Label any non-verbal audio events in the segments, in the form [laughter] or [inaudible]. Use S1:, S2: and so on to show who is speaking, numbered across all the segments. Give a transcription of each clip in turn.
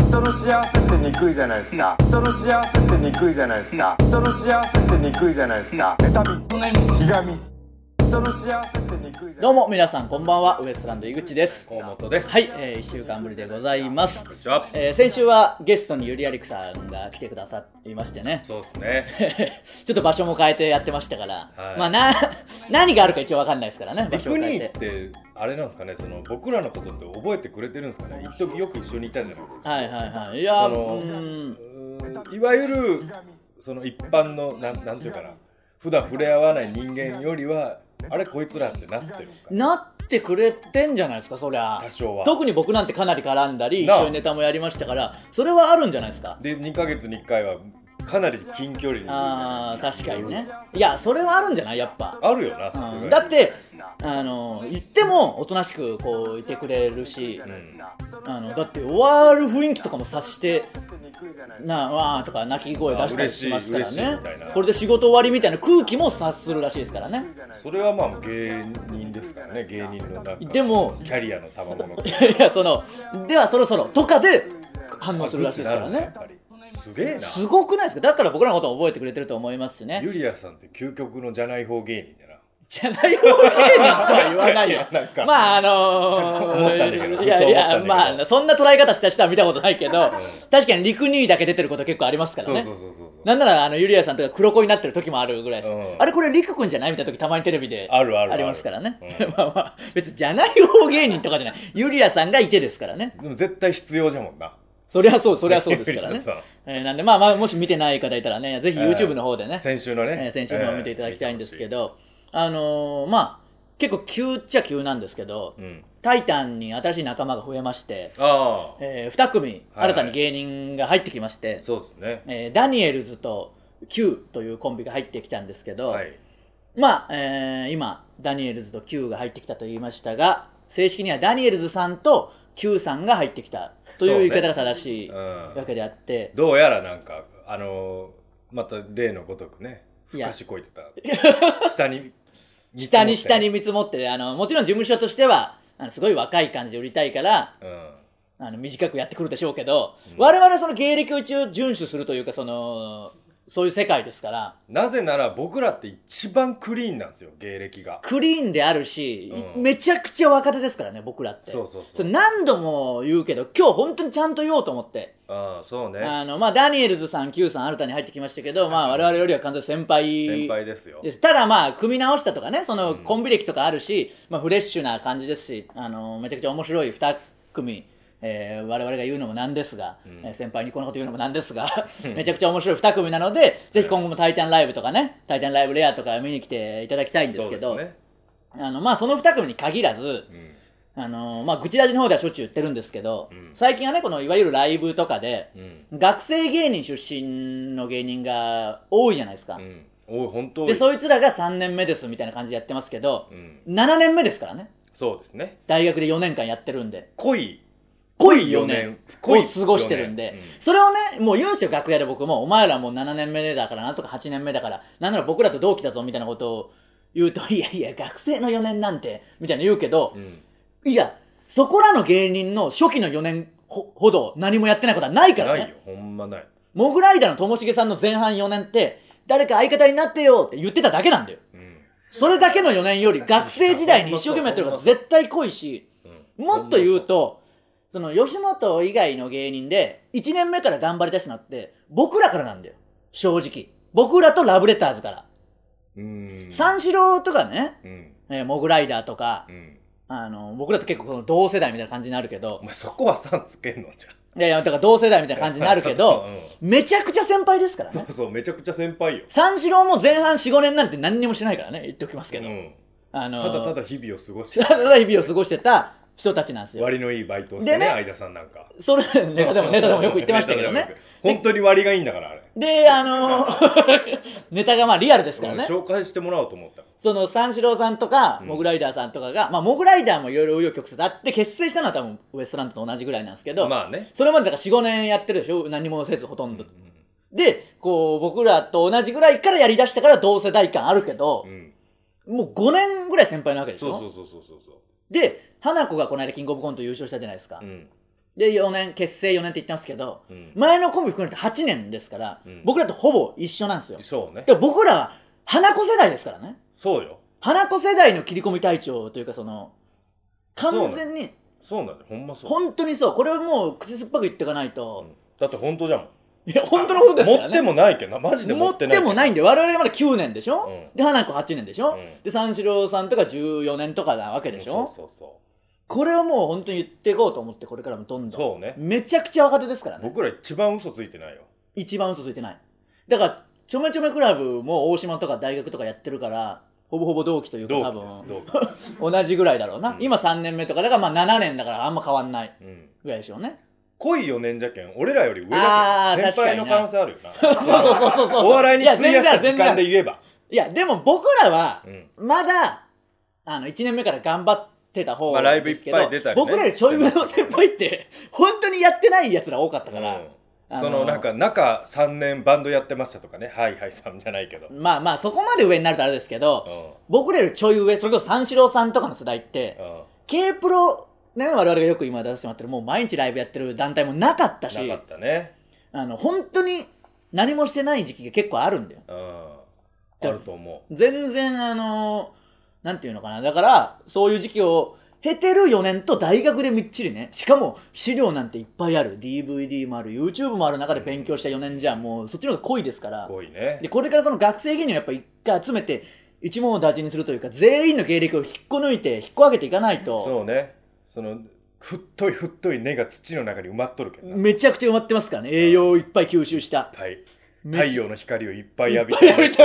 S1: 人の幸せってにくいじゃないですか人の幸せってにくいじゃないですか人の幸せってにくいじゃないですか妬みひがみ人の幸せってにくいじゃな
S2: どう
S1: い
S2: も皆さんこんばんはウエストランド井口です
S3: 河本です
S2: はい、えー、1週間ぶりでございます
S3: こんにちは
S2: えー、先週はゲストにゆりやりくさんが来てくださいましてね [laughs]
S3: そうですね
S2: ちょっと場所も変えてやってましたから、
S3: はい
S2: まあな [laughs] 何があるか一応わかんないですからね場
S3: リ
S2: 所を
S3: フ
S2: 変え
S3: ニー
S2: て
S3: ってあれなんですかねその僕らのことって覚えてくれてるんですかね一時よく一緒にいたじゃないですか
S2: はいはいはいいや
S3: その
S2: ーうーん
S3: うーんいわゆるその一般のなんなんていうかな普段触れ合わない人間よりはあれこいつらってなってるんですか
S2: なってくれてんじゃないですかそりゃ
S3: 多少は
S2: 特に僕なんてかなり絡んだり一
S3: なあ
S2: 緒にネタもやりましたからそれはあるんじゃないですか
S3: で2ヶ月に1回はかなり近距離にいるじゃな
S2: あ
S3: い
S2: ー
S3: です
S2: 確かにねいやそれはあるんじゃないやっぱ
S3: かあるよなさすが
S2: うん
S3: に
S2: だってあの言ってもおとなしくこういてくれるし、あのだって終わる雰囲気とかも察して「なあわあ」とか泣き声出したりしますか
S3: あ嬉しい
S2: ら
S3: 嬉しいみたいな
S2: ねこれで仕事終わりみたいな空気も察するらしいですからね [laughs]
S3: それはまあ芸人ですからね芸人のなんか
S2: でも
S3: キャリアの賜物
S2: [laughs] いやいやそのではそろそろとかで反応するらしいですから
S3: なる
S2: ね
S3: んだやっぱりすげえな
S2: すごくないですかだから僕らのことを覚えてくれてると思いますしね
S3: [laughs] ユリアさんって究極のじゃない方芸人だな
S2: じゃない方芸人とは言わないよ
S3: いやなんか
S2: まああの
S3: 思ったんだけど
S2: ー、いやい
S3: ふと
S2: や
S3: 思ったんだけど
S2: まあそんな捉え方した人は見たことないけど確かに陸にだけ出てること結構ありますからね
S3: そうそうそうそうそう
S2: なんならあのユリアさんとか黒子になってる時もあるぐらいです、
S3: うん
S2: あれこれ陸くんじゃないみたいな時たまにテレビであ
S3: あるあるある
S2: りますからね
S3: う
S2: [laughs] まあまあ別にじゃない方芸人とかじゃないユリアさんがいてですからね
S3: でも絶対必要じゃもんな
S2: そりゃそうそりゃそうですから
S3: ユリ
S2: ね
S3: アさん、
S2: えーなんでまあまあもし見てない方いたらねぜひ YouTube の方でね、
S3: 先週のね、
S2: えー先週も見ていただきたいんですけど、あのーまあ結構急っちゃ急なんですけど、
S3: えー、うん、
S2: タイタンに新しい仲間が増えまして、
S3: ああ
S2: え2組
S3: はい
S2: 新たに芸人が入ってきまして、
S3: そうですね
S2: えーダニエルズと Q というコンビが入ってきたんですけど、
S3: はい
S2: まあ、えー今ダニエルズと Q が入ってきたと言いましたが正式にはダニエルズさんと Q さんが入ってきたという言い方が正しい
S3: うん
S2: わけであって、
S3: どうやらなんかあのー、また例のごとくね
S2: い
S3: ふ
S2: や
S3: かしこいてた
S2: [laughs]
S3: 下に
S2: 下に下に見積もってあのもちろん事務所としてはあのすごい若い感じで売りたいから
S3: うん
S2: あの短くやってくるでしょうけど、
S3: うん
S2: 我々はその芸歴を一応遵守するというかそのそういう世界ですから
S3: なぜなら僕らって一番クリーンなんですよ芸歴が
S2: クリーンであるし、
S3: うん
S2: めちゃくちゃ若手ですからね僕らって
S3: そうそうそう
S2: それ何度も言うけど今日本当にちゃんと言おうと思って
S3: ああそうね
S2: あの、まあ、ダニエルズさん Q さん新たに入ってきましたけど、まあ、我々よりは完全に先輩
S3: 先輩ですよ
S2: ですただまあ組み直したとかねその
S3: うん
S2: コンビ歴とかあるし、まあ、フレッシュな感じですしあのめちゃくちゃ面白い2組、えー我々が言うのもなんですが、
S3: うん
S2: えー先輩にこんなこと言うのもなんですがめちゃくちゃ面白い2組なのでぜひ今後も「タイタンライブ」とかね「タイタンライブレア」とか見に来ていただきたいんですけど
S3: そうですね、
S2: あのまあ、その2組に限らず
S3: うん
S2: あの、まあ、愚痴ラジの方ではしょっちゅう言ってるんですけど、
S3: うん
S2: 最近はねこのいわゆるライブとかで
S3: うん
S2: 学生芸人出身の芸人が多いじゃないですか。
S3: うん、おい本当
S2: で
S3: う、
S2: そいつらが3年目ですみたいな感じでやってますけど、
S3: ん、
S2: 7年目ですからね
S3: そうですね
S2: 大学で4年間やってるんで
S3: 濃い
S2: 濃い4年
S3: 濃い
S2: を
S3: 四年
S2: 過ごしてるんで、
S3: うん
S2: それをねもう言うんですよ楽屋で僕も「お前らもう7年目だからな」とか8年目だからなんなら僕らと同期だぞみたいなことを言うと [laughs] 「いやいや学生の4年なんて」みたいな言うけど
S3: う、ん、
S2: いやそこらの芸人の初期の4年ほほど何もやってないことはないから
S3: な
S2: ね
S3: いよほんまない
S2: モグライダーのともしげさんの前半4年って誰か相方になってよって言ってただけなんだよ
S3: うん
S2: それだけの4年より学生時
S3: [laughs]
S2: 代に一生懸命やってる方が絶対濃いし
S3: うん
S2: もっと言うとその吉本以外の芸人で1年目から頑張り出したのって僕らからなんだよ正直僕らとラブレターズから、
S3: うん
S2: 三四郎とかね、
S3: うん
S2: えーモグライダーとか
S3: う、ん
S2: あの僕らと結構その同世代みたいな感じになるけど
S3: お前そこはさんつけんのじゃ
S2: いやいやだから同世代みたいな感じになるけど
S3: う
S2: めちゃくちゃ先輩ですか
S3: ん
S2: ら
S3: [laughs] そ
S2: ね
S3: うそうめちゃくちゃ先輩よ
S2: 三四郎も前半45年なんて何にもしてないからね言っておきますけど、
S3: うん
S2: あの
S3: ただただ日々を過ごして
S2: ただただ日々を過ごしてた人たちなんですよ
S3: 割のいいバイトをして
S2: で
S3: ね
S2: ね
S3: 相田さんなんか
S2: それネタで
S3: [laughs]
S2: もネタでもよく言ってましたけど
S3: ネタで
S2: ね
S3: もよく本当に割がいいんだからあれ
S2: であの
S3: [laughs]
S2: ーネタがまあリアルですからね
S3: 紹介してもらおうと思った
S2: その三四郎さんとか
S3: うん
S2: モグライダーさんとかが、まあモグライダーもいろいろ紆余曲折あって結成したのは多分ウエストランドと同じぐらいなんですけど、
S3: まあね
S2: それまでだから45年やってるでしょ何もせずほと
S3: うんん
S2: ど、でこう僕らと同じぐらいからやりだしたから同世代感あるけど
S3: う、ん
S2: もう5年ぐらい先輩なわけでし
S3: そ
S2: ょ
S3: うそうそうそうそうそ
S2: で花子がこの間キングオブコント優勝したじゃないですか、
S3: ううん
S2: で、4年、結成4年って言ってますけど、
S3: うん
S2: 前のコンビ含めて8年ですから、
S3: うん
S2: 僕らとほぼ一緒なんですよ。
S3: そうね
S2: でも僕らは、花子世代ですからね。
S3: そうよ
S2: 花子世代の切り込み隊長というか、その、完全に、
S3: そうなんだよほんまそう、
S2: 本当にそう、これをもう口酸っぱく言っていかないと、
S3: うんだって本当じゃもん
S2: いや、本当のことですからね。
S3: 持ってもないけどなマジで
S2: 持
S3: 持
S2: っ
S3: っててないけど
S2: もないんで我々まだ9年でしょ、
S3: うん
S2: で花子8年でしょ、
S3: うん
S2: で三四郎さんとか14年とかなわけでしょ、
S3: そうそうそ
S2: これをもう本当に言っていこうと思ってこれからもどんど
S3: う
S2: ん
S3: そうね
S2: めちゃくちゃ若手ですからね
S3: 僕ら一番嘘ついてないよ
S2: 一番嘘ついてないだからちょめちょめクラブも大島とか大学とかやってるからほぼほぼ同期というか多
S3: 同期です
S2: 分
S3: 同期、
S2: 同じぐらいだろうな、
S3: うん
S2: 今3年目とかだからまあ7年だからあんま変わんない
S3: うん、
S2: ぐらいでしょうね
S3: 濃い4年じゃけん俺らより上
S2: あ
S3: だけ
S2: ー
S3: ど先輩の
S2: 確かにな
S3: 可能性あるよ
S2: [laughs]
S3: な
S2: そうそうそうそうそう
S3: お笑いに費やした時
S2: いや全然
S3: 間で言えば
S2: いやでも僕らは
S3: うん
S2: まだあの1年目から頑張ってた方
S3: まあライブ
S2: ですけ
S3: いっ
S2: ど
S3: ぱい出たりね
S2: 僕らよりちょい上の先輩って本当にやってないやつら多かったから、
S3: うんそのなんか中3年バンドやってましたとかねはいはいさんじゃないけど、うん
S2: まあまあそこまで上になるとあれですけど、僕らよりちょい上それこそ三四郎さんとかの世代って、
S3: うん
S2: K プロね我々がよく今出してもらってるもう毎日ライブやってる団体もなかったし
S3: なかったね、
S2: あの本当に何もしてない時期が結構あるんだよ
S3: うん、あると思う
S2: 全然あのなんていうのかなだからそういう時期を経てる4年と大学でみっちりねしかも資料なんていっぱいある DVD もある YouTube もある中で勉強した4年じゃもうそっちの方が濃いですから
S3: 濃いね
S2: でこれからその学生芸人をやっぱ一回集めて一網打尽にするというか全員の芸歴を引っこ抜いて引っこ上げていかないと
S3: そうねそのふっといふっとい根が土の中に埋まっとるけどないっ
S2: めちゃくちゃ埋まってますからね栄養をいっぱい吸収した
S3: ぱい
S2: め
S3: 太
S2: ちゃ
S3: 陽の光をいっぱい浴び
S2: いっぱい浴び
S3: て
S2: て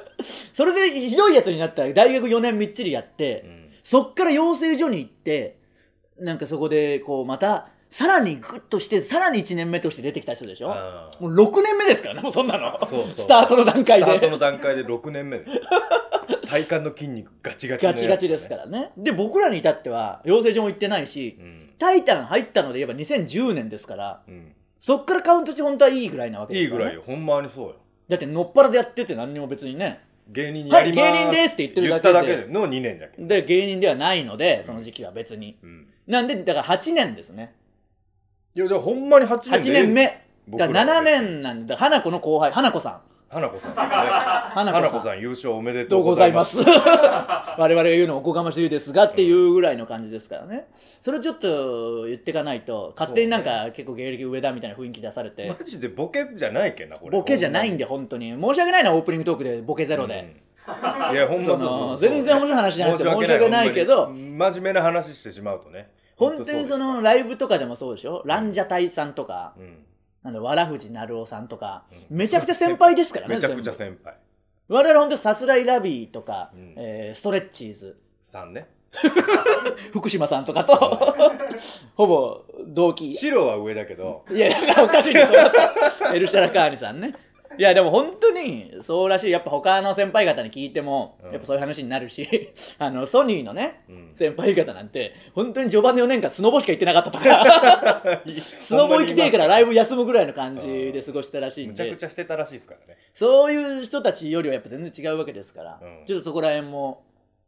S2: [laughs] それでひどいやつになったら大学4年みっちりやって、
S3: うん
S2: そっから養成所に行って、なんかそこで、こう、また、さらにグッとして、さらに1年目として出てきた人でしょ
S3: あー
S2: もう6年目ですからね、もうそんなの。
S3: そうそう
S2: スタートの段階
S3: スタート
S2: で。
S3: の段階で6
S2: [laughs]
S3: 年目で体幹の筋肉ガチガチの
S2: ガ
S3: やつ
S2: チ
S3: ね
S2: ガチですからね。で、僕らに至っては、養成所も行ってないし、
S3: うん
S2: タイタン入ったので言えば2010年ですから、
S3: うん
S2: そっからカウントして本当はいいぐらいなわけで
S3: い
S2: す
S3: い
S2: か
S3: ぐ
S2: ら、ね。
S3: らいよほんまにそうよ
S2: だって、のっぱらでやってて何にも別にね。
S3: 芸人やります、
S2: はい芸人ですって言ってるだけで
S3: 言っただけの2年だけど
S2: で、芸人ではないので、その時期は別に。
S3: うん
S2: なんで、だから8年ですね。
S3: いやでもほんまに8
S2: 8
S3: 年で
S2: 年目。
S3: 僕
S2: だ
S3: ら
S2: から7年なんで、花子の後輩、花子さん。
S3: 花子さんだね
S2: 花
S3: 花
S2: 子
S3: 子
S2: さん。
S3: さん優勝おめで
S2: ど
S3: と
S2: う
S3: う
S2: ご
S3: ご
S2: ざ
S3: ざ
S2: い
S3: い
S2: ま。
S3: ます
S2: [laughs]
S3: す
S2: 我々が言うのもおこがましいですがっていうぐらいの感じですからね。それちょっと言っていかないと、勝手になんか結構芸歴上だみたいな雰囲気出されて、
S3: マジでボケじゃないけんなこれ
S2: ボケじゃないんで本当に。申し訳ないな、オープニングトークでボケゼロで。
S3: うんいやほんまそ
S2: そ
S3: うそ
S2: の
S3: うそう
S2: 全然面白い話じゃなくて申し訳ないけど
S3: ほんまに真面目な話してしまうとね
S2: 本当にそのライブとかでもそうでしょランジャタイさんとか
S3: う、ん
S2: なんだ、わらふじなるおさんとか、
S3: うん
S2: めちゃくちゃ先輩ですからね。
S3: めちゃくちゃ
S2: 全部
S3: 先輩
S2: 我々本当さすらいラビーとか
S3: うん、
S2: えーストレッチーズ、
S3: さんね
S2: 福島さんとかと、 [laughs] ほぼ同期。
S3: 白は上だけど
S2: いや、だからおかしいね、それは
S3: [laughs]
S2: エルシャラカーニさんね。いや、でも本当に、そうらしい。やっぱ他の先輩方に聞いても、
S3: うん
S2: やっぱそういう話になるし、 [laughs] あの、ソニーのね、
S3: うん
S2: 先輩方なんて、本当に序盤の4年間スノボしか行ってなかったとか、
S3: [laughs]
S2: スノボ行きてえからライブ休むぐらいの感じで過ごしたらしいん
S3: むちゃく
S2: で
S3: ち、ゃしてたらしいですからね
S2: そういう人たちよりはやっぱ全然違うわけですから、
S3: うん
S2: ちょっとそこら辺も、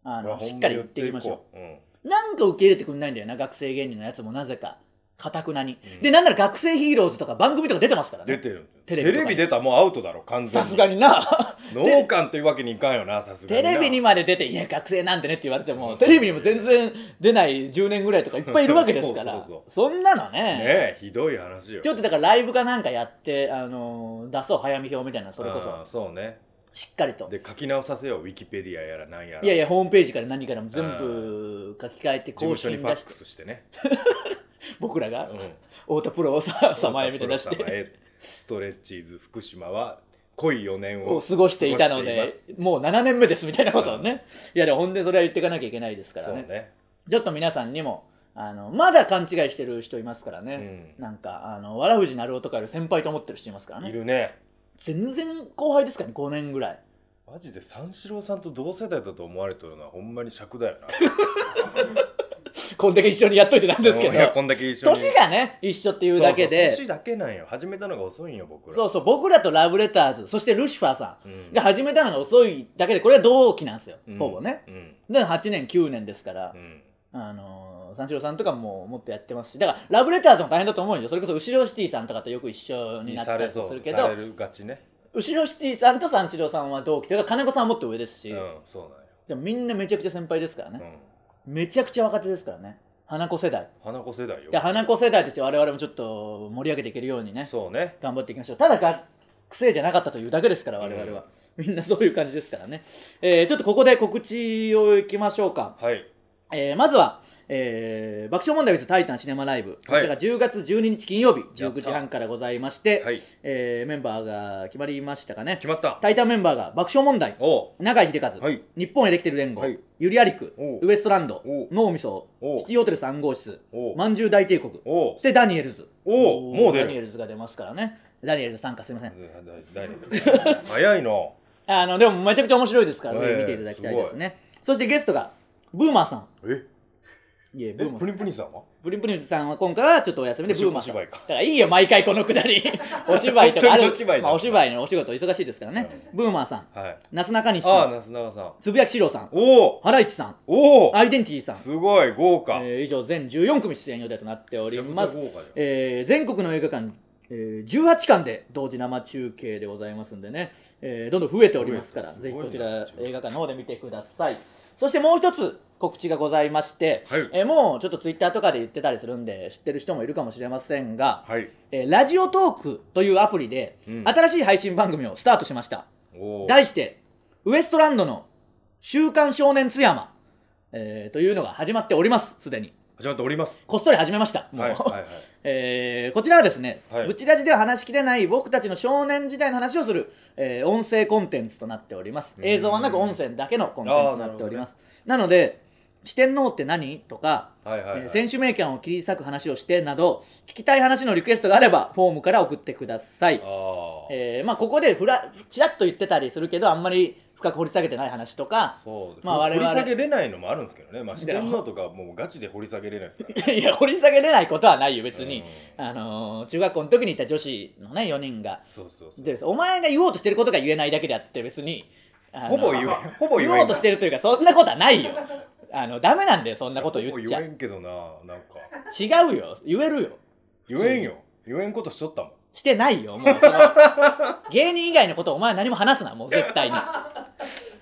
S2: あの、しっかり言っていきましょう。
S3: う、うん、
S2: なんか受け入れてくんないんだよな、学生芸人のやつもなぜか。かたくなに、
S3: うん
S2: で、なんなら学生ヒーローズとか番組とか出てますから
S3: 出
S2: ね。
S3: てる
S2: テ
S3: テ
S2: レ
S3: レ
S2: ビとかに
S3: ビ出たらもうアウトだろ完全
S2: さ
S3: に
S2: すがにな。
S3: 農家というわけにいかんよなさすが
S2: テ
S3: にな
S2: レビにまで出て、いや、学生なんてねって言われて
S3: う
S2: も、
S3: ん
S2: テレビにも全然出ない10年ぐらいとかいっぱいいるわけですから。そ
S3: そうそう
S2: そんなのね
S3: ねえひどい話よ
S2: ちょっとだからライブかなんかやって、あのー出そう、早見表みたいな、それこ
S3: あ
S2: そ
S3: あ。そうね
S2: しっかりと。
S3: で書き直させようウィキペディアやらなんやら
S2: いやいや、ホームページから何からも全部書き換えて、
S3: 事務
S2: 更
S3: 所に
S2: 新
S3: ファ
S2: 出
S3: ッ
S2: し
S3: ク
S2: て、
S3: スしてね
S2: 僕らが、
S3: うん
S2: 太田プロをさ、さまえみたいに出し
S3: 太田プロ
S2: て、
S3: 様へストレッチーズ福島は濃い4年
S2: を
S3: を
S2: 過ごしていたの
S3: 過
S2: で
S3: ごしていま
S2: もう7年目ですみたいなことをね、いやでも本当にそれは言っていかなきゃいけないですか
S3: す
S2: ら
S3: そう
S2: ね
S3: ね
S2: ちょっと皆さんにもあのまだ勘違いしてる人いますからね、
S3: うん
S2: なんかあのわらふじなるおとかより先輩と思ってる人いますから
S3: い
S2: ね
S3: るね
S2: 全然後輩ですからね5年ぐらい
S3: マジで三四郎さんと同世代だと思われてるのはほんまに尺だよ
S2: [laughs]
S3: な
S2: [laughs] こんだけ一緒にやっといてなんですけど
S3: いやこんだけ一緒に
S2: 年がね一緒っていうだけで
S3: そうそう年だけなんよ始めたのが遅いんよ僕ら
S2: そうそう僕らとラブレターズそしてルシファーさ
S3: うんん
S2: が始めたのが遅いだけでこれは同期なんですよ、
S3: う
S2: [laughs]
S3: ん
S2: ほぼね
S3: うん
S2: で8年9年ですから
S3: う、ん
S2: あのー三四郎さんとかももっとやってますしだからラブレターズも大変だと思うよそれこそ後ろシティさんとかとよく一緒に
S3: に
S2: なっ
S3: さ
S2: た
S3: れ
S2: りす
S3: そう
S2: るけ
S3: さ
S2: ど
S3: れるがちね
S2: 後ろシティさんと三四郎さんは同期というか金子さんはもっと上ですし、
S3: うんそう
S2: でもみんなめちゃくちゃ先輩ですから
S3: なん
S2: ね、
S3: よ、うん、
S2: めちゃくちゃ若手ですからね花子世代
S3: 花子世代よ
S2: で花子世代として我々もちょっと盛り上げていけるようにね
S3: そうね
S2: 頑張っていきましょうただ学生じゃなかったというだけですから我々は、みんなそういう感じですからね、えーちょっとここで告知をいきましょうか、
S3: はい
S2: えーまずは、えー爆笑問題 with タイタンシネマライブ」こ
S3: はい
S2: ちらが10月12日金曜日
S3: やっ
S2: 19
S3: た
S2: 時半からございまして、
S3: はい
S2: えーメンバーが決まりましたかね
S3: 決まった
S2: タイタンメンバーが爆笑問題
S3: おう
S2: 永井秀和、
S3: はい
S2: 日本エレキテル連合、
S3: はい
S2: ゆりありく
S3: おう
S2: ウエストランド
S3: おう
S2: 脳みそ
S3: おう
S2: シティホテル3号室
S3: おう
S2: まんじゅう大帝国
S3: おう
S2: そしてダニエルズ
S3: おうもう出る
S2: ダニエルズが出ますからねダニエルズ参加すいません
S3: 大丈
S2: [laughs]
S3: 夫です早いの
S2: あのでもめちゃくちゃ面白いですから、
S3: え
S2: ぜ
S3: え
S2: ひ見ていただきたいですねそしてゲストがブーマーさ
S3: え
S2: んいえブ
S3: え
S2: ーマーさ
S3: プ
S2: ん
S3: リンプリンさんは
S2: ブリンプリンさんは今回はちょっとお休みで
S3: お
S2: ブーマーさん
S3: お芝居か
S2: だからいいよ毎回このくだ
S3: [laughs]
S2: りお芝居とかある
S3: 本当にお芝居じゃん
S2: まあ、お芝居のお仕事忙しいですからね、ブーマーさん
S3: はい
S2: なすなかにし
S3: ああ
S2: さん
S3: なすなかさん
S2: つぶやきしろうさん
S3: おお
S2: ハライチさん
S3: おお
S2: アイデンティティさん
S3: すごい豪華
S2: えー以上全14組出演予定となっております
S3: めちゃくちゃ豪華じゃん、
S2: えー全国の映画館、えー18館で同時生中継でございますんでね、えーどんどん増えておりますから
S3: 増え
S2: ぜ
S3: て
S2: ひ
S3: る
S2: こち
S3: すごいな
S2: ら映画館の方で見てくださいそしてもう一つ告知がございまして、
S3: はい
S2: えーもうちょっとツイッターとかで言ってたりするんで知ってる人もいるかもしれませんが、
S3: はい
S2: えーラジオトークというアプリで、
S3: うん
S2: 新しい配信番組をスタートしました
S3: おお
S2: 題してウエストランドの「週刊少年津山」えーというのが始まっておりますすでに
S3: 始まっております
S2: こっそり始めましたもう、
S3: はいはいはい
S2: えーこちらはですね、
S3: はい
S2: ブチラジでは話しきれない僕たちの少年時代の話をする、えー音声コンテンツとなっております
S3: うん
S2: 映像はなく音声だけのコンテンツとなっておりますな,、ので四天王って何とか、
S3: はいはい
S2: [laughs] えー
S3: はい
S2: 選手名鑑を切り裂く話をしてなど聞きたい話のリクエストがあればフォームから送ってください
S3: ああ
S2: えーまあここでふらちらっと言ってたりするけどあんまり深く掘り下げてない話とか [laughs]
S3: そう
S2: ま
S3: ま
S2: あ
S3: あ
S2: 我
S3: 掘
S2: 々
S3: り下げれないのもあるんですけどねまあ四天王とかはもうガチで掘り下げれないですから
S2: いや掘り下げれないことはないよ [laughs] 別に、
S3: う
S2: あのー中学校の時にいた女子のね4人が
S3: そうそうそう
S2: でお前が言おうとしてることが言えないだけであって別にあの
S3: ほぼ言えんほぼ言えん
S2: 言おうとしてるというかそんなことはないよあのダメなんだよそんなこと言っちゃ
S3: もう言えんけどななんか
S2: 違うよ言えるよ
S3: 言え
S2: [laughs]
S3: んよ言えんことしとったもん
S2: してないよもうその芸人以外のことお前は何も話すなもう絶対に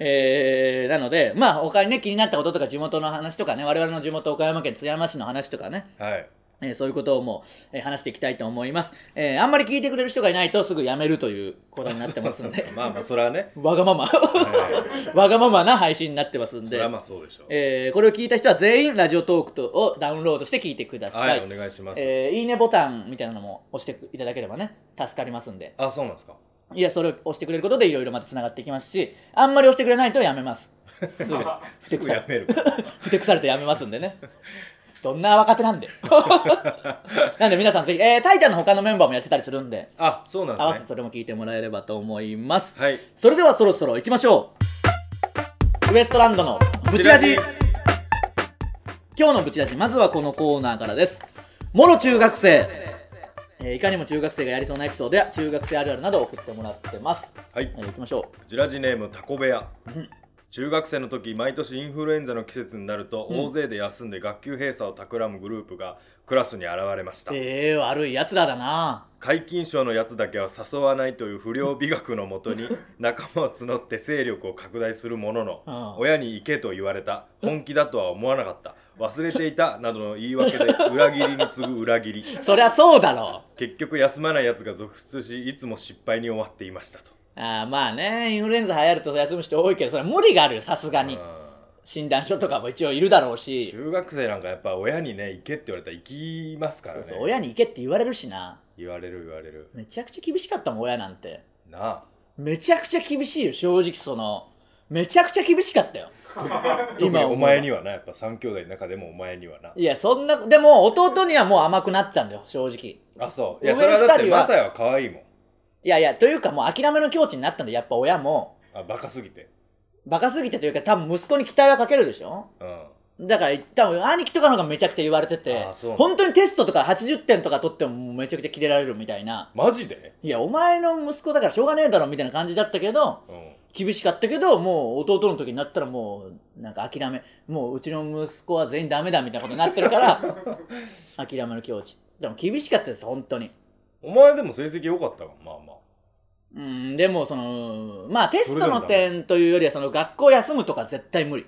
S2: えー、なのでまあ他にね気になったこととか地元の話とかね我々の地元岡山県津山市の話とかね
S3: はい
S2: えーそういうことをもう、えー話していきたいと思います、えーあんまり聞いてくれる人がいないとすぐやめるということになってますん
S3: [laughs]
S2: で
S3: まあまあそれはね
S2: わがまま
S3: はい
S2: わがままな配信になってますん
S3: それ
S2: で
S3: はまあそうでしょう
S2: えーこれを聞いた人は全員ラジオトークとをダウンロードして聞いてくださ、
S3: はいいお願いします
S2: えーいいねボタンみたいなのも押していただければね助かりますんで
S3: あそうなんですか
S2: いやそれを押してくれることでいろいろまたつながっていきますしあんまり押してくれないとやめますすぐ
S3: [laughs] すぐやめる
S2: ふてくされて [laughs] やめますんでねどんな若手なんで [laughs] なんで皆さんぜひ、えータイタンの他のメンバーもやってたりするんで
S3: あそうなん
S2: 合わせ
S3: で
S2: て
S3: すね
S2: それも聞いてもらえればと思います、
S3: はい
S2: それではそろそろ行きましょうウエストランドのブチラジ今日のブチラジまずはこのコーナーからですもろ中学生、えーいかにも中学生がやりそうなエピソードや中学生あるあるなどを送ってもらってます、
S3: はい
S2: えー、行きましょ
S3: ブチラジネームタコ部屋
S2: ん
S3: 中学生の時毎年インフルエンザの季節になると大勢で休んで学級閉鎖を企むグループがクラスに現れました
S2: うええー、悪いやつらだな
S3: 皆勤賞のやつだけは誘わないという不良美学のも
S2: [laughs]
S3: とに仲間を募って勢力を拡大するものの、
S2: うん
S3: 親に行けと言われた本気だとは思わなかった忘れていたなどの言い訳で裏切りに次ぐ裏切り
S2: そりゃそうだろ
S3: 結局休まないやつが続出しいつも失敗に終わっていましたと
S2: うあーまあねインフルエンザ流行ると休む人多いけどそれは無理があるよさすがに
S3: うん
S2: 診断書とかも一応いるだろうし
S3: 中学生なんかやっぱ親にね行けって言われたら行きますから
S2: そ
S3: ね
S2: うそう親に行けって言われるしな
S3: 言われる言われる
S2: めちゃくちゃ厳しかったもん親なんて
S3: な
S2: めちゃくちゃ厳しいよ正直そのめちゃくちゃ厳しか
S3: [laughs]
S2: ったよ
S3: あ特にお前に
S2: は
S3: はなやっぱ3兄弟の中でもお前にはない
S2: やそんなでも弟にはもう甘くなってたんだよ正直
S3: あそういや
S2: 上
S3: それはだっ
S2: 二
S3: て
S2: 人は
S3: マサヤは可愛いもん
S2: いやいやというかもう諦めの境地になったんでやっぱ親も
S3: あバカすぎて
S2: バカすぎてというか多分息子に期待はかけるでしょ
S3: うん
S2: だから多分兄貴とかの方がめちゃくちゃ言われてて
S3: あーそうなんだ
S2: 本当にテストとか80点とか取ってももうめちゃくちゃキレられるみたいな
S3: マジで、
S2: いやお前の息子だからしょうがねえだろみたいな感じだったけど
S3: うん、
S2: 厳しかったけどもう弟の時になったらもうなんか諦めもううちの息子は全員ダメだみたいなことになってるから諦めの境地でも厳しかったです本当に
S3: お前でも成績良かったわまあまあ
S2: うんでもそのまあテストの
S3: それでもダ
S2: 点というよりはその学校休むとか絶対無理、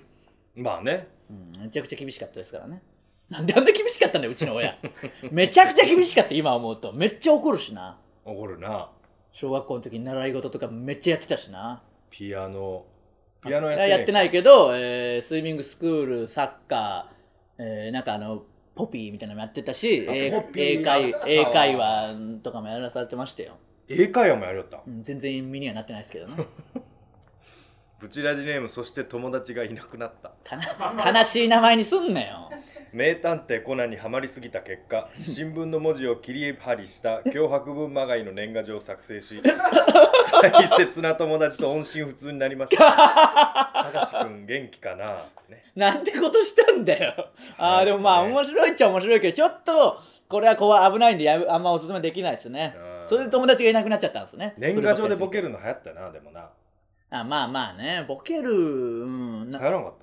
S3: まあね
S2: うん、めちゃくちゃ厳しかったですからねなんであんな厳しかったんだようちの親めちゃくちゃ厳しかった今思うとめっちゃ怒るしな
S3: 怒るな
S2: 小学校の時に習い事とかめっちゃやってたしな
S3: ピアノピアノやって
S2: やって
S3: い
S2: ないけど、えースイミングスクールサッカー、えーなんかあのポピーみたいなのもやってたし
S3: あ
S2: 英
S3: ポピー
S2: 英会
S3: やったわ
S2: 英会話とかもやらされてましたよ、
S3: 英会話もやりよった
S2: うん全然身にはなってないですけどね
S3: ブチラジネームそして友達がいなくなった [laughs]
S2: かな悲しい名前にすんなよ
S3: 名探偵コナンにはまりすぎた結
S2: [laughs]
S3: 果新聞の文字を切り貼りした脅迫文まがいの年賀状を作成し大切な友達と音信不通になりましたたかしくん元気かな、ね、
S2: なんてことしたんだよあ
S3: は
S2: ー
S3: い
S2: でもまあ
S3: ね
S2: 面白いっちゃ面白いけどちょっとこれはこう危ないんでやあんまおすすめできないですね
S3: うん
S2: それで友達がいなくなっちゃったんですね
S3: 年賀状でボ
S2: る
S3: ケるの流行ったなでもな
S2: あまあまあねボケる、うん、
S3: 流
S2: な
S3: 行らなかっ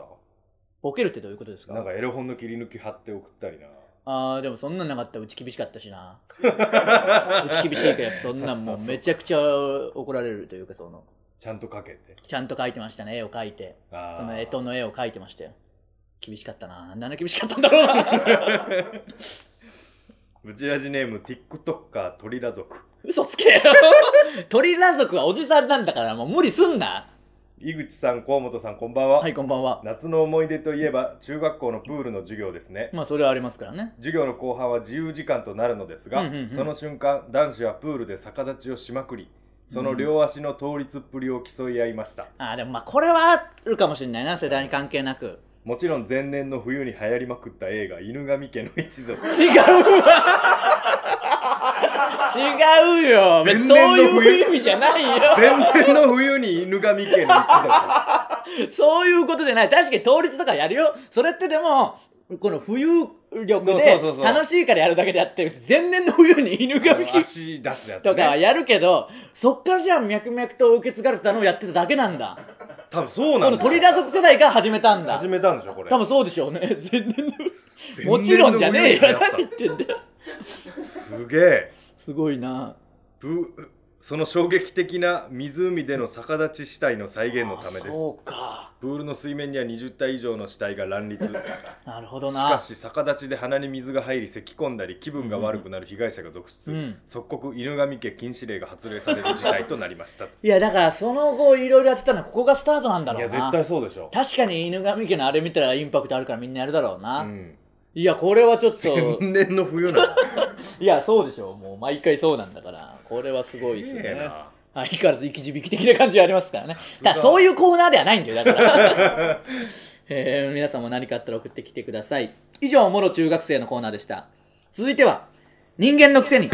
S2: ボケるってどういうことです
S3: た
S2: か
S3: なんかエロ本の切り抜き貼って送ったりな
S2: あーでもそんなんなかったうち厳しかったしなうち厳しいからやっぱそんなんもうめちゃくちゃ怒られるというかその
S3: ちゃんとかけて
S2: ちゃんと描いてましたね絵を描いて
S3: あー
S2: その絵との絵を描いてましたよ厳しかったななんで厳しかったんだろうな
S3: ブチラジネーム TikToker 鳥ラ族
S2: 嘘つけよ [laughs] 鳥裸族はおじさんなんだからもう無理すんな
S3: 井口さん河本さんこんばんは、
S2: はいこんばんは
S3: 夏の思い出といえば中学校のプールの授業ですね
S2: まあそれはありますからね
S3: 授業の後半は自由時間となるのですが、
S2: うんうんうん
S3: その瞬間男子はプールで逆立ちをしまくりその両足の倒立っぷりを競い合いました、
S2: あーでもまあこれはあるかもしれないな世代に関係なく
S3: もちろん前年の冬に流行りまくった映画「犬神家の一
S2: [laughs]
S3: 族
S2: 違うわ違うよ別にそう
S3: 前年の冬
S2: いう意味じゃない」よ
S3: 前年の冬に犬神家の一族
S2: そういうことじゃない。確かに倒立とかやるよ。それってでも、この浮遊力
S3: そ
S2: で
S3: うそうそうそう
S2: 楽しいからやるだけであって、前年の冬に犬神騎士
S3: 足出すやつ、
S2: とかは
S3: ね、
S2: やるけど、そっからじゃあ脈々と受け継がれてたのをやってただけなんだ。
S3: 多分そうな
S2: こ
S3: ん
S2: の
S3: だ
S2: 鳥裸族世代が始めたんだ
S3: 始。めたんでしょこれ
S2: 多分そうでしょうね。 [laughs] 前年の
S3: 前年の冬に
S2: もちろんじゃねえよ。
S3: 流行っ
S2: 何言ってんだよ。
S3: たすげえ
S2: すごいな。
S3: ぶその衝撃的な湖での逆立ち死体の再現のためで
S2: あ
S3: す
S2: そうか。
S3: プールの水面には20体以上の死体が乱立し
S2: なるほど
S3: か
S2: な。
S3: し逆立ちで鼻に水が入り咳き込んだり気分が悪くなる被害者が続出、
S2: うん
S3: 即刻犬神家禁止令が発令される事態となりました
S2: [laughs]
S3: い
S2: いや、だからその後いろいろやってたのはここがスタートなんだろうな。
S3: や絶対そうでしょ、
S2: 確かに犬神家のあれ見たらインパクトあるからみんなやるだろうな、
S3: うん、
S2: いやこれはちょっ
S3: [laughs]
S2: と
S3: 天然の冬
S2: [laughs]
S3: なの
S2: いやそうでしょうもう毎回そうなんだからこれはすごいですよ
S3: すげえ
S2: ね
S3: な
S2: 相変わらず生き字引き的な感じはありますからね
S3: す
S2: だ
S3: が
S2: からそういうコーナーではないんだよだから、
S3: [laughs]
S2: えー皆さんも何かあったら送ってきてください以上もろ中学生のコーナーでした続いては人間のくせに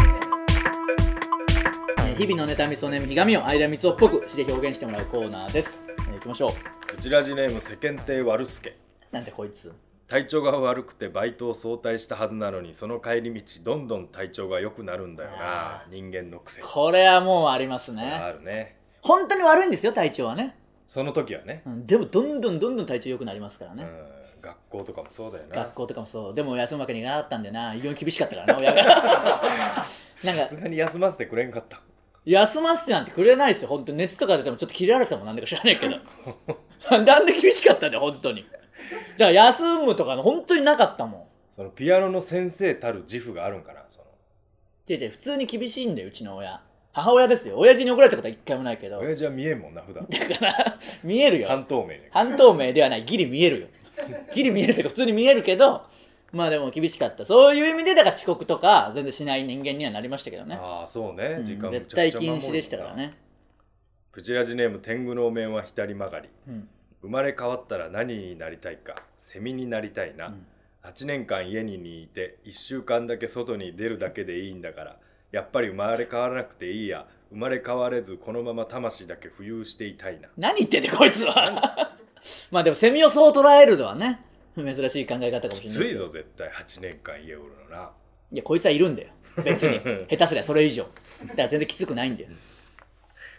S2: えー日々の妬みそねみひがみを間みつをっぽくして表現してもらうコーナーです、えーいきましょ
S3: うちらじネーム世間体悪助
S2: うなんでこいつ
S3: 体調が悪くてバイトを早退したはずなのにその帰り道どんどん体調が良くなるんだよな
S2: あ
S3: 人間の癖
S2: これはもうありますね
S3: あるね
S2: 本当に悪いんですよ体調はね、
S3: その時はね、
S2: うん、でもどんどんどんどん体調良くなりますからね、
S3: うん学校とかもそうだよな
S2: 学校とかもそうでも休むわけにいかなかったんだよな非常に厳しかったからな親
S3: [laughs]
S2: がなん
S3: さ
S2: か
S3: すがに休ませてくれんかった
S2: 休ませてなんてくれないですよ本当に熱とか出てもちょっと切れられてたもんなんでか知らないけど [laughs] なんであんで厳しかったんだよ本当にだから休むとかの本当になかったもん
S3: そのピアノの先生たる自負があるんかなその
S2: 違う違う普通に厳しいんだようちの親母親ですよ親父に怒られたことは一回もないけど
S3: 親父は見えんもんな
S2: [laughs]
S3: 普段
S2: 見えるよ
S3: 半透明で
S2: 半透明ではないギリ見えるよギリ見えるというか普通に見えるけどまあでも厳しかったそういう意味でだから遅刻とか全然しない人間にはなりましたけどね、
S3: ああそうね、
S2: うん
S3: 時間む
S2: 絶
S3: ちゃく
S2: 対
S3: ちゃ守る
S2: 禁
S3: もんな
S2: 止でしたからね、
S3: プチラジネーム天狗のお面は左曲がり
S2: うん、
S3: 生まれ変わったら何になりたいかセミになりたいな、
S2: うん
S3: 8年間家にいて1週間だけ外に出るだけでいいんだからやっぱり生まれ変わらなくていいや生まれ変われずこのまま魂だけ浮遊していたいな
S2: [laughs] 何言ってんだよこいつはまあでもセミをそう捉えるのはね珍しい考え方かもしれないですけど
S3: きついぞ絶対8年間家おるのない
S2: やこいつはいるんだよ別
S3: [laughs]
S2: に下手すりゃそれ以上だから全然きつくないんだよ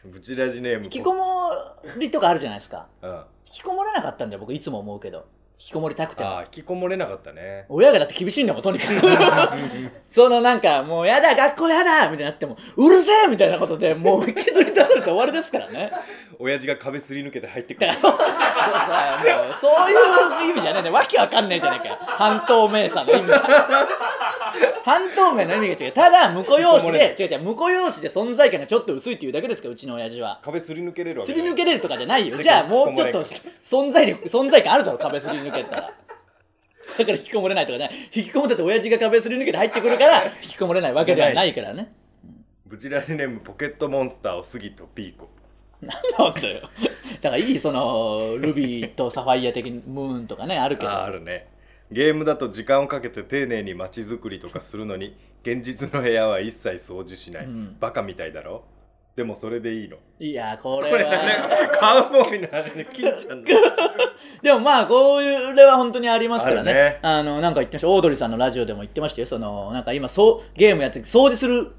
S3: ブチラジネーム
S2: 引きこもりとかあるじゃないですか
S3: うん、あ
S2: 引きこもれなかったんだよ僕いつも思うけど引きこもりたくても
S3: あ引きこもれなかったね
S2: 親がだって厳しいんだもんとにかく [laughs] そのなんかもうやだ学校やだみたいになってもうるせえみたいなことでもう引きずり出されて終わりですからね
S3: 親父が壁すり抜けて入ってく
S2: だ [laughs]
S3: る
S2: からそうさもうそういう意味じゃねえんだよわけわかんないじゃねえかよ半透明さの意味が半透明の意味が違うただ婿養子で違う違う婿養子で存在感がちょっと薄いっていうだけですからうちの親父は
S3: 壁すり抜けれるわけ
S2: す
S3: ない
S2: り抜けれるとかじゃないよ
S3: てか
S2: じゃあもうちょっ
S3: 引
S2: と
S3: き
S2: 存在力存在感あるだろ壁すり抜けたら
S3: [laughs]
S2: だから引きこもれないとかね引きこもってて親父が壁すり抜けて入ってくる
S3: [laughs]
S2: から引きこもれないわけではないからね
S3: ブチラジネームポケットモンスターを杉とピーコ
S2: [laughs] なんだよだからいいそのルビーとサファイア的にムーンとかねあるけ
S3: あ
S2: ど
S3: ああるねゲームだと時間をかけて丁寧に街づくりとかするのに現実の部屋は一切掃除しない、
S2: うん
S3: バカみたいだろでもそれでいいの
S2: いやこ
S3: こ
S2: れ
S3: れ
S2: は
S3: ね [laughs] カウボーイの話で金ちゃ
S2: [laughs]
S3: んの
S2: でもまあこういう例は本当にありますからね
S3: あるね
S2: あのなんか言ってましたオードリーさんのラジオでも言ってましたよそのなんか今そうゲームやって掃除する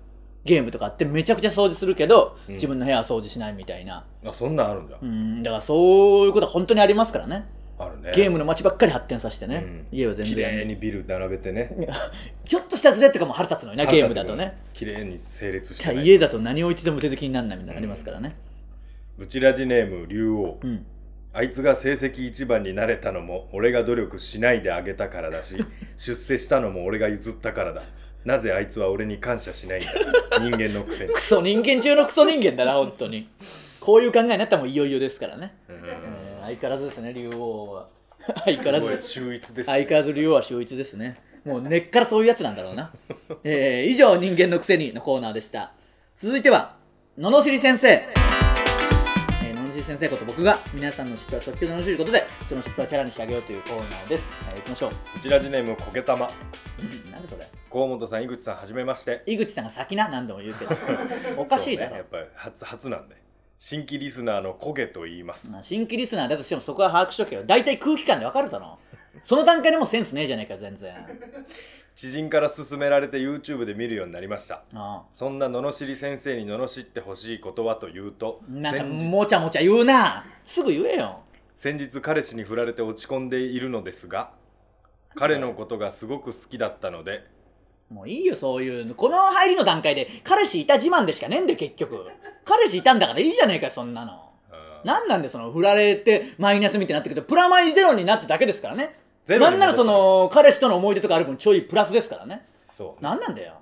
S2: ゲームとかあってめちゃくちゃ掃除するけど、
S3: うん
S2: 自分の部屋は掃除しないみたいな
S3: あそんなんあるんだ、
S2: うんだからそういうことは本当にありますからね
S3: あるね
S2: ゲームの街ばっかり発展させてね、
S3: うん
S2: 家を全
S3: 綺麗
S2: 然
S3: にビル並べてね
S2: いやちょっとしたズレとかも腹立つのよなゲームだとね
S3: 綺麗に整列し
S2: じゃ
S3: て
S2: あ
S3: ない
S2: 家だと何を置いてても手続きにならないみたいなのありますからね
S3: ブチラジネーム竜王
S2: うん、
S3: あいつが成績一番になれたのも俺が努力しないであげたからだ
S2: [laughs]
S3: し出世したのも俺が譲ったからだなぜあいつは俺に感謝しないんだ人間のくせ
S2: [laughs]
S3: に
S2: クソ人間中のクソ人間だ
S3: [laughs]
S2: な本当にこういう考えになったらもういよいよですからね、えー相変わらずですね竜王は相変わ
S3: す
S2: ら
S3: ごい
S2: ず
S3: 秀逸です、
S2: 相変わらず竜王は秀逸ですねもう根っからそういうやつなんだろう
S3: [laughs]
S2: な、えー以上「人間のくせに」のコーナーでした続いては「ののしり先生」えーののしり先生こと僕が皆さんの失敗を即興でのしることでその失敗をチャラにしてあげようというコーナーです、えー、いきましょう
S3: ブチラジネームこけたま
S2: うんなんでそれ
S3: 河本さん井口さんはじめまして
S2: 井口さんが先な何度も言うけど
S3: [laughs]
S2: おかしいだろ、
S3: そうね、やっぱり初初なんで新規リスナーのこげと言います
S2: まあ新規リスナーだとしてもそこは把握しとけよ大体空気感で分かるだろその段階でもうセンスねえじゃねえか全然
S3: 知人から勧められて YouTube で見るようになりました
S2: ああ
S3: そんな罵り先生に罵ってほしいことはというと
S2: なんか
S3: 先日
S2: もちゃもちゃ言うなすぐ言えよ
S3: 先日彼氏に振られて落ち込んでいるのですが彼のことがすごく好きだったので
S2: もういいよそういうのこの入りの段階で彼氏いた自慢でしかねえんで結局彼氏いたんだからいいじゃねえかよそんなの
S3: うん
S2: なんなんでその振られてマイナスみたいになってくるとプラマイゼロになっただけですからね
S3: ゼロ
S2: な
S3: に
S2: んな
S3: な
S2: ら
S3: る
S2: その彼氏との思い出とかある分ちょいプラスですからね
S3: そう、
S2: なんなんだよ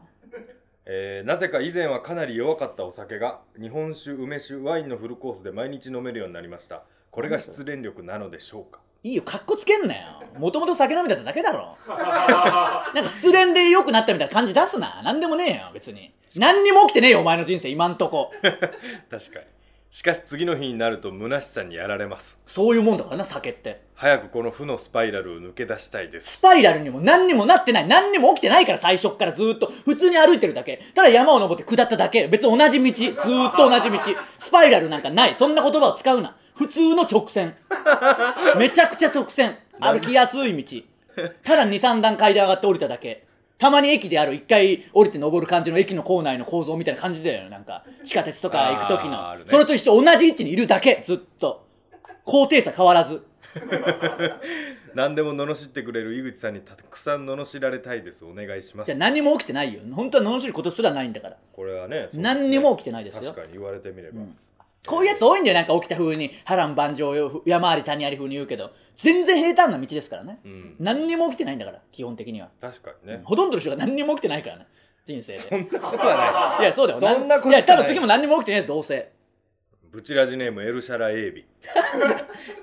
S3: えーなぜか以前はかなり弱かったお酒が日本酒梅酒ワインのフルコースで毎日飲めるようになりましたこれが失恋力なのでしょうか
S2: いいよ、かっこつけんなよ。もともと酒飲みだっただけだ
S3: [laughs]
S2: ろ。なんか失恋で良くなったみたいな感じ出すな。なんでもねえよ、別に。何にも起きてねえよ、お前の人生、今んとこ。
S3: 確かにしかし次の日になると虚しさにやられます
S2: そういうもんだからな、酒って。
S3: 早くこの負のスパイラルを抜け出したいです
S2: スパイラルにも何にもなってない。何にも起きてないから、最初っからずーっと。普通に歩いてるだけ。ただ山を登って下っただけ。別に同じ道。ずーっと同じ道。スパイラルなんかない。そんな言葉を使うな。普通の直線。めちゃくちゃ直線。歩きやすい道。ただ2、3段階で上がって降りただけ。たまに駅である、一回降りて登る感じの駅の構内の構造みたいな感じだよね。なんか、地下鉄とか行く時
S3: あーあ
S2: の。
S3: るね
S2: それと一緒、同じ位置にいるだけ。ずっと。高低差変わらず。
S3: 何でも罵ってくれる井口さんにたくさん罵られたいですお願いしま
S2: じゃあ
S3: す
S2: 何も起きてないよ。本当は罵ることすらないんだから。
S3: これはねそうですね
S2: 何にも起きてないですよ
S3: 確かに言われてみれば、
S2: こういうやつ多いんだよ、なんか起きた風に、波乱万丈よ、山あり谷あり風に言うけど、全然平坦な道ですからね。
S3: ん
S2: 何にも起きてないんだから、基本的には。
S3: 確かにね、
S2: ほとんどの人が何にも起きてないからね、人生
S3: そ
S2: で。
S3: んなことはないい
S2: や、そうだよ。
S3: そんなこと
S2: いや、多分
S3: ない
S2: 次も何にも起きてないです、どうせ。
S3: ブチラジネームエルシャラエイビ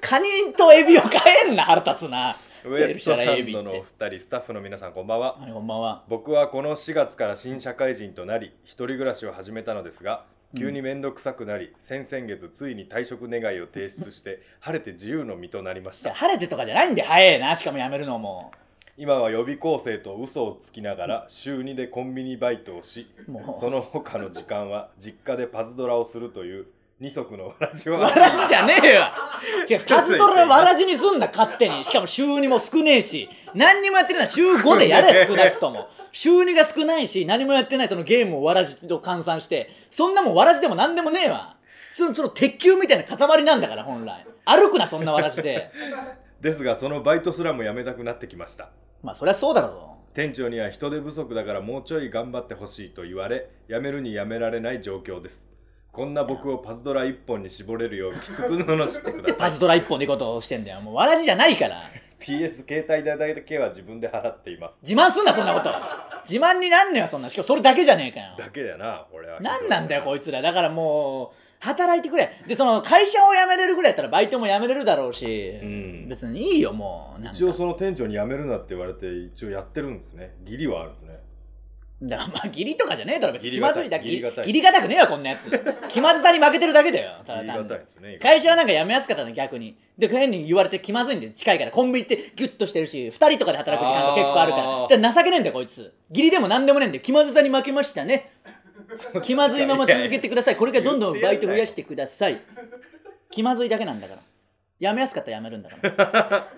S2: カニとエビを変えんな、腹立つな。
S3: ウエストラ
S2: エ
S3: ン
S2: ビ
S3: ド
S2: って
S3: のお二人スタッフの皆さんこんばんは
S2: はい、こんばんは。
S3: 僕はこの4月から新社会人となり一人暮らしを始めたのですが急に面倒くさくなり、先々月ついに退職願いを提出して晴れて自由の身となりまし
S2: じゃあ
S3: た
S2: 晴れてとかじゃないんで、早えな、しかもやめるのも。
S3: 今は予備校生と嘘をつきながら週2でコンビニバイトをし
S2: もう
S3: その他の時間は実家でパズドラをするという二足のわらじは
S2: わらじじゃねえよ違う、
S3: け
S2: カズトラわらじにすんな、勝手に。しかも週2も少ねえし、何にもやってない週5でやれ、少なくとも。週2が少ないし、何もやってないそのゲームをわらじと換算して、そんなもんわらじでも何でもねえわ。その、その鉄球みたいな塊なんだから、本来。歩くな、そんなわらじで。 [laughs]
S3: ですがそのバイトすらもやめたくなってきました
S2: まあ、そりゃそうだろ
S3: 店長には人手不足だからもうちょい頑張ってほしいと言われ辞めるに辞められない状況ですこんな僕をパズドラ一本に絞れるようきつく罵ってくだ
S2: う。 [laughs]
S3: さ
S2: パ
S3: い
S2: ズドラ一本でいいことをしてんだよ。もうわらじじゃないから。
S3: PS 携帯代だけは自分で払っています
S2: 自慢すんな、そんなこと。自慢になんねよ、そんな。しかもそれだけじゃねえかよ。
S3: だけだな俺は
S2: なんなんだよこ
S3: い
S2: いつらだからもう働いてくれでその会社を辞めれるぐらいやったらバイトも辞めれるだろうし、
S3: うん
S2: 別にいいよもうなんか
S3: 一応その店長に辞めるなって言われて一応やってるんですね義理はあるんですね
S2: だからまあ義理とかじゃねえだろ別に気
S3: 義理
S2: ま
S3: が
S2: ず
S3: たい
S2: いだけ
S3: 義理がたい
S2: 義理がたくねえよこんなやつ気まずさに負けてるだけだよただ
S3: 義
S2: 単
S3: 理が
S2: に
S3: たいんですね
S2: 会社はなんか辞めやすかったの逆にで変に言われて気まずいんで近いからコンビニってギュッとしてるし2人とかで働く時間が結構あるから
S3: あー
S2: だから情けねえんだよこいつ義理でも何でもねえんだよ気まずさに負けましたね [laughs] 気まずいまま
S3: [laughs]
S2: 続けてくださいこれからどんどんバイト増やしてください気まずいだけなんだからやめやすかったらやめるんだから
S3: [laughs]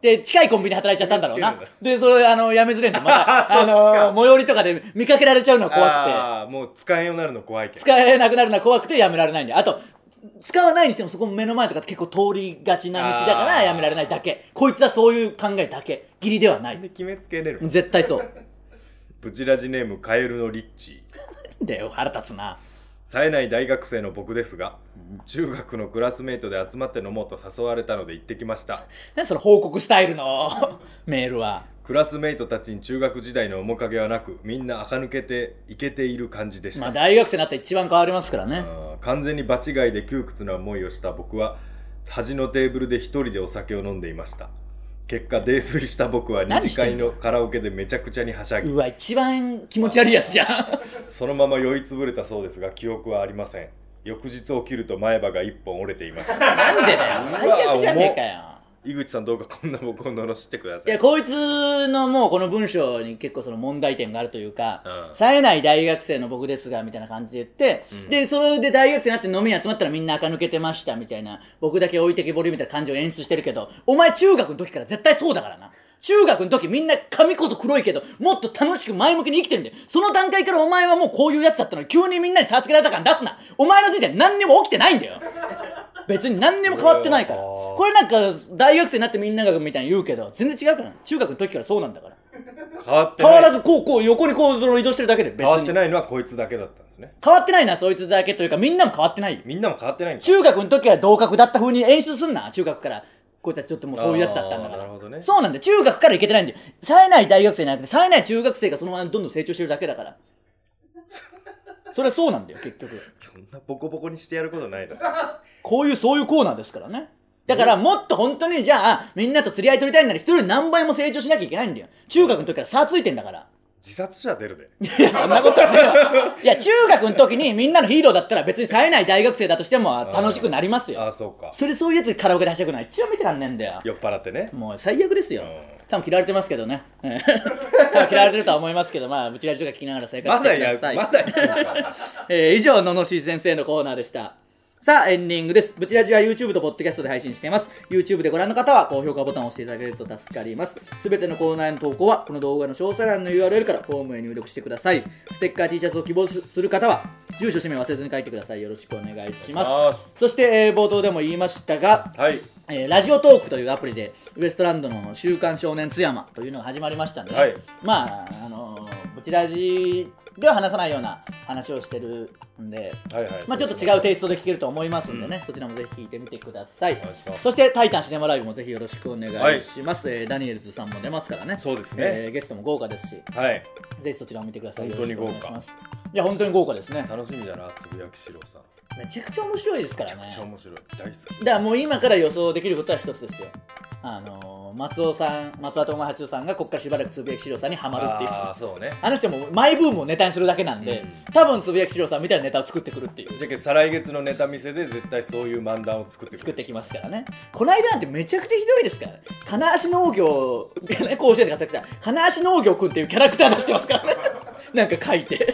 S2: で近いコンビニで働いちゃったんだろうな
S3: 見つ
S2: でそれあのやめづれんだまた
S3: [laughs] そっ
S2: あ
S3: ち
S2: の
S3: か
S2: 最寄りとかで見かけられちゃうのは怖くて
S3: ああもう使えんようになるの怖いけど
S2: 使えなくなるのは怖くてやめられないんであと使わないにしてもそこ目の前とかって結構通りがちな道だから
S3: あー
S2: やめられないだけこいつはそういう考えだけ義理ではな
S3: で
S2: い
S3: 決めつけれる
S2: 絶対そう [laughs]
S3: ブチラジネームカエルのリッチー
S2: なんだよ腹立つな
S3: 冴えない大学生の僕ですが中学のクラスメートで集まって飲もうと誘われたので行ってきました
S2: 何その報告スタイルの [laughs] メールは
S3: クラスメートたちに中学時代の面影はなくみんな垢抜けてイケている感じでし
S2: まあ
S3: た、
S2: 大学生になったら一番変わりますからね
S3: あー完全に場違いで窮屈な思いをした僕は端のテーブルで一人でお酒を飲んでいました結果泥酔した僕は二
S2: 何
S3: 次
S2: してん
S3: 会
S2: の
S3: のカラオケでめちゃくちゃにはしゃぎ
S2: うわ一番気持ち悪いやつじゃん
S3: そのまま酔いつぶれたそうですが記憶はありません翌日起きると前歯が一本折れていました
S2: [laughs] なんでだよ最悪じゃねえかよ
S3: 井口さんどうかこんな僕を罵ってくだ
S2: い
S3: さい
S2: やこいつのもうこの文章に結構その問題点があるというか、
S3: うん
S2: 冴えない大学生の僕ですがみたいな感じで言って、でそれで大学生になって飲みに集まったらみんな垢抜けてましたみたいな僕だけ置いてけぼりみたいな感じを演出してるけどお前中学の時から絶対そうだからな中学の時みんな髪こそ黒いけどもっと楽しく前向きに生きてんだよその段階からお前はもうこういうやつだったのに急にみんなに差つけられた感出すなお前の人生何にも起きてないんだよ別に何にも変わってないから
S3: うわー
S2: これなんか大学生になってみんながみたいに言うけど全然違うから中学の時からそうなんだから
S3: 変わって
S2: 変わ
S3: な
S2: ら
S3: い
S2: ずこうこう横にこうその移動してるだけで別に
S3: 変わってないのはこいつだけだったんですね
S2: 変わってないなそいつだけというかみんなも変わってないよ
S3: みんなも変わってないんだ
S2: 中学の時は同格だった風に演出すんな中学からこいつはちょっともうそういうやつだったんだから
S3: あーなるほどね
S2: そうなんだよ中学からいけてないんだよ冴えない大学生じゃなくて冴えない中学生がそのままどんどん成長してるだけだからそれはそうなんだよ結局
S3: そんなボコボコにしてやることない
S2: [laughs]
S3: だろ
S2: こういうそういうコーナーですからねだからもっと本当にじゃあみんなと釣り合い取りたいなら一人何倍も成長しなきゃいけないんだよ中学の時から差ついてんだから
S3: 自殺者出るで
S2: いや、そんなことはねえよ。いや、中学の時にみんなのヒーローだったら別に冴えない大学生だとしても楽しくなります
S3: ああ
S2: よ。
S3: そうか
S2: それそういうやつにカラオケではしゃぐのは一応見てらんねえんだよ。
S3: 酔っ払ってね
S2: もう最悪ですよ
S3: うん。
S2: 多分嫌われてますけどね。 [laughs] うん多分嫌われてるとは思いますけど、まあ、ブチラジオが聞きながら生活し
S3: まだ
S2: てく
S3: や
S2: だ
S3: る
S2: さい。
S3: まだ行くのか
S2: えー以上、ののし先生のコーナーでした。さあ、エンディングです。ブチラジは YouTube と Podcast で配信しています。YouTube でご覧の方は高評価ボタンを押していただけると助かります。すべてのコーナーへの投稿は、この動画の詳細欄の URL からフォームへ入力してください。ステッカー T シャツを希望する方は、住所、氏名忘れずに書いてください。よろしくお願いしま
S3: あ
S2: す。そして、えー冒頭でも言いましたが、
S3: はい
S2: えーラジオトークというアプリでウエストランドの「週刊少年津山」というのが始まりましたんで、
S3: はい
S2: まああのー、ブチラジでは話さないような話をしてるんで、
S3: はいはい
S2: まあ、ちょっと違うテイストで聞けると思いますんでね、そちらもぜひ聞いてみてください
S3: お願いします
S2: そして「タイタンシネマライブ」もぜひよろしくお願いします、えーダニエルズさんも出ますからね
S3: そうですね
S2: えーゲストも豪華ですし
S3: はい
S2: ぜひそちらを見てください
S3: 本当に豪華
S2: よろしくお願いしますいや本当に豪華ですね
S3: 楽しみだなつぶやきしろさんめ
S2: めちゃくちゃ面白いですからね
S3: ちゃくちゃ面白い大好き
S2: だからもう今から予想できることは一つですよあのー松尾さん松尾智八代さんがここからしばらくつぶやき資料さんにはまるっていう
S3: あ
S2: あ
S3: あそうね
S2: の人もマイブームをネタにするだけなんで、
S3: うん
S2: 多分つぶやき資料さんみたいなネタを作ってくるっていう
S3: じゃけ再来月のネタ見せで絶対そういう漫談を作ってくる
S2: 作ってきますからねこの間なんてめちゃくちゃひどいですからね金足農業 [laughs] 甲子園で活躍した金足農業くんっていうキャラクター出してますからねなんか書いて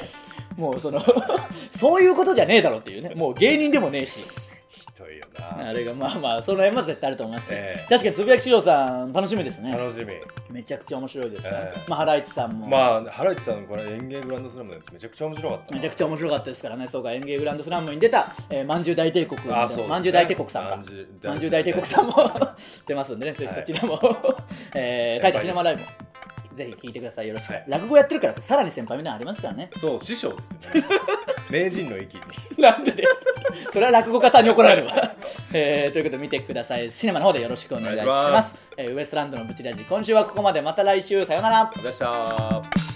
S2: もうその [laughs] そういうことじゃねえだろっていうねもう芸人でもねえし
S3: ひどいよ
S2: あ
S3: な
S2: れがまあまあその辺は絶対あると思いますし、
S3: ええ
S2: 確かにつぶやきしろさん楽しみですね
S3: 楽しみ
S2: めちゃくちゃ面白いですね、
S3: ええ
S2: まあハライチさんも、
S3: まあハライチさんのこれ園芸グランドスラムのやつめちゃくちゃ面白かった
S2: めちゃく
S3: ち
S2: ちゃ面白かったですからね、そうか、園芸グランドスラムに出た、えー、まんじゅう大帝国みたいな
S3: あそうですね
S2: まんじゅう大帝国さんか
S3: まんじゅう、大
S2: まんじゅう大帝国さんも出ますんでね、ぜひそちらも、えー、書い
S3: 先輩です
S2: たシネマライブも、ぜひ聞いてください、よろしく、
S3: はい
S2: 落語やってるから、さらに先輩みたいなのありますからね。
S3: そう師匠ですね
S2: [laughs]
S3: 名人の域に
S2: なんでで、それは落語家さんに怒られるわ。えーということで、見てください、シネマの方でよろしくお願いします。
S3: お願いしま
S2: えーウエストランドのブチラジ、今週はここまで、また来週、さようなら。
S3: ありがとうございました